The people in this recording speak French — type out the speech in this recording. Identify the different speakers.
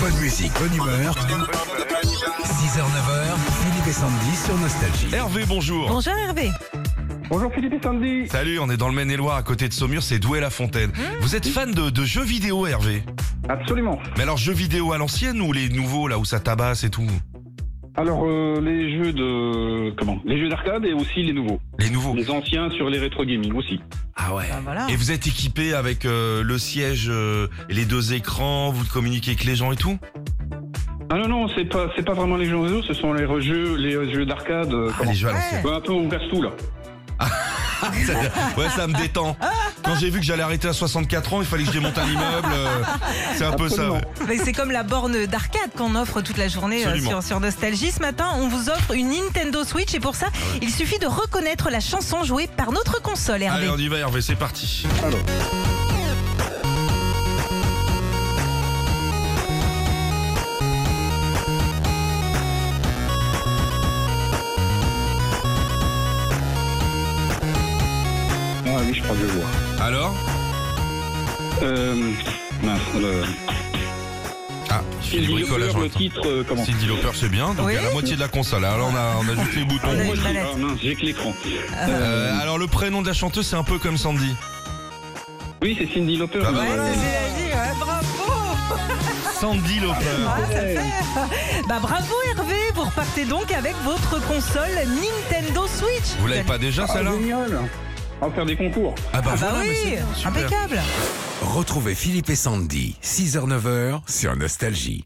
Speaker 1: Bonne musique, bonne humeur. 6h, 9h, Philippe et Sandy sur Nostalgie.
Speaker 2: Hervé, bonjour.
Speaker 3: Bonjour Hervé.
Speaker 4: Bonjour Philippe et Sandy.
Speaker 2: Salut, on est dans le Maine-et-Loire, à côté de Saumur, c'est Douai-la-Fontaine. Vous êtes fan de, de jeux vidéo, Hervé
Speaker 4: Absolument.
Speaker 2: Mais alors, jeux vidéo à l'ancienne ou les nouveaux, là où ça tabasse et tout
Speaker 4: Alors euh, les jeux de comment Les jeux d'arcade et aussi les nouveaux.
Speaker 2: Les nouveaux.
Speaker 4: Les anciens sur les rétro gaming aussi.
Speaker 2: Ah ouais.
Speaker 3: Ah, voilà.
Speaker 2: Et vous êtes équipé avec euh, le siège euh, et les deux écrans, vous communiquez avec les gens et tout
Speaker 4: Ah non non, c'est pas c'est pas vraiment les jeux réseau, ce sont les jeux les euh, jeux d'arcade. euh,
Speaker 2: Ah,
Speaker 4: comment
Speaker 2: les jeux à
Speaker 3: Ouais.
Speaker 2: l'ancienne.
Speaker 4: Ouais, un peu on casse tout là.
Speaker 2: Ça- ouais, ça me détend. Quand j'ai vu que j'allais arrêter à 64 ans, il fallait que je démonte un immeuble. euh, c'est un peu ça.
Speaker 4: Absolument.
Speaker 2: ouais.
Speaker 3: Mais c'est comme la borne d'arcade qu'on offre toute la journée euh,
Speaker 2: Absolument.
Speaker 3: sur, sur Nostalgie. Ce matin, on vous offre une Nintendo Switch et pour ça,
Speaker 2: Ah
Speaker 3: il suffit de reconnaître la chanson jouée par notre console, Hervé.
Speaker 2: Allez, on y va, Hervé, c'est parti.
Speaker 4: Alors. Ah oui, je crois que je vois.
Speaker 2: Alors
Speaker 4: Euh, mince, le...
Speaker 2: Ah, je fais du
Speaker 4: Cindy
Speaker 2: bricolage en
Speaker 4: Lauper, le
Speaker 2: même temps.
Speaker 4: titre, euh, comment
Speaker 2: Cindy Lauper, c'est bien. Donc,
Speaker 3: Oui.
Speaker 2: à la moitié de la console. Alors, on a, on a juste les boutons.
Speaker 3: On a
Speaker 4: Ah,
Speaker 3: une
Speaker 4: moi, je-
Speaker 3: mallette.
Speaker 4: ah, mince, j'ai que l'écran. Euh,
Speaker 2: Euh, alors le prénom de la chanteuse c'est un peu comme Sandy.
Speaker 4: oui, c'est Cindy Lauper.
Speaker 2: Ah bah
Speaker 4: mais-
Speaker 3: Ouais,
Speaker 2: voilà.
Speaker 3: c'est ce qu'il a dit, ouais, hein. bravo
Speaker 2: Sandy Lauper.
Speaker 3: Ah, ça fait. Bah bravo Hervé, vous repartez donc avec votre console Nintendo Switch. Bah
Speaker 2: Vous l'avez pas déjà
Speaker 4: Ah,
Speaker 2: celle-là
Speaker 4: génial. On va faire des concours.
Speaker 2: Ah bah,
Speaker 3: Ah bah
Speaker 2: voilà, mais
Speaker 3: oui,
Speaker 2: c'est bien, super.
Speaker 3: impeccable.
Speaker 1: Retrouvez Philippe et Sandy, 6h, 9h sur Nostalgie.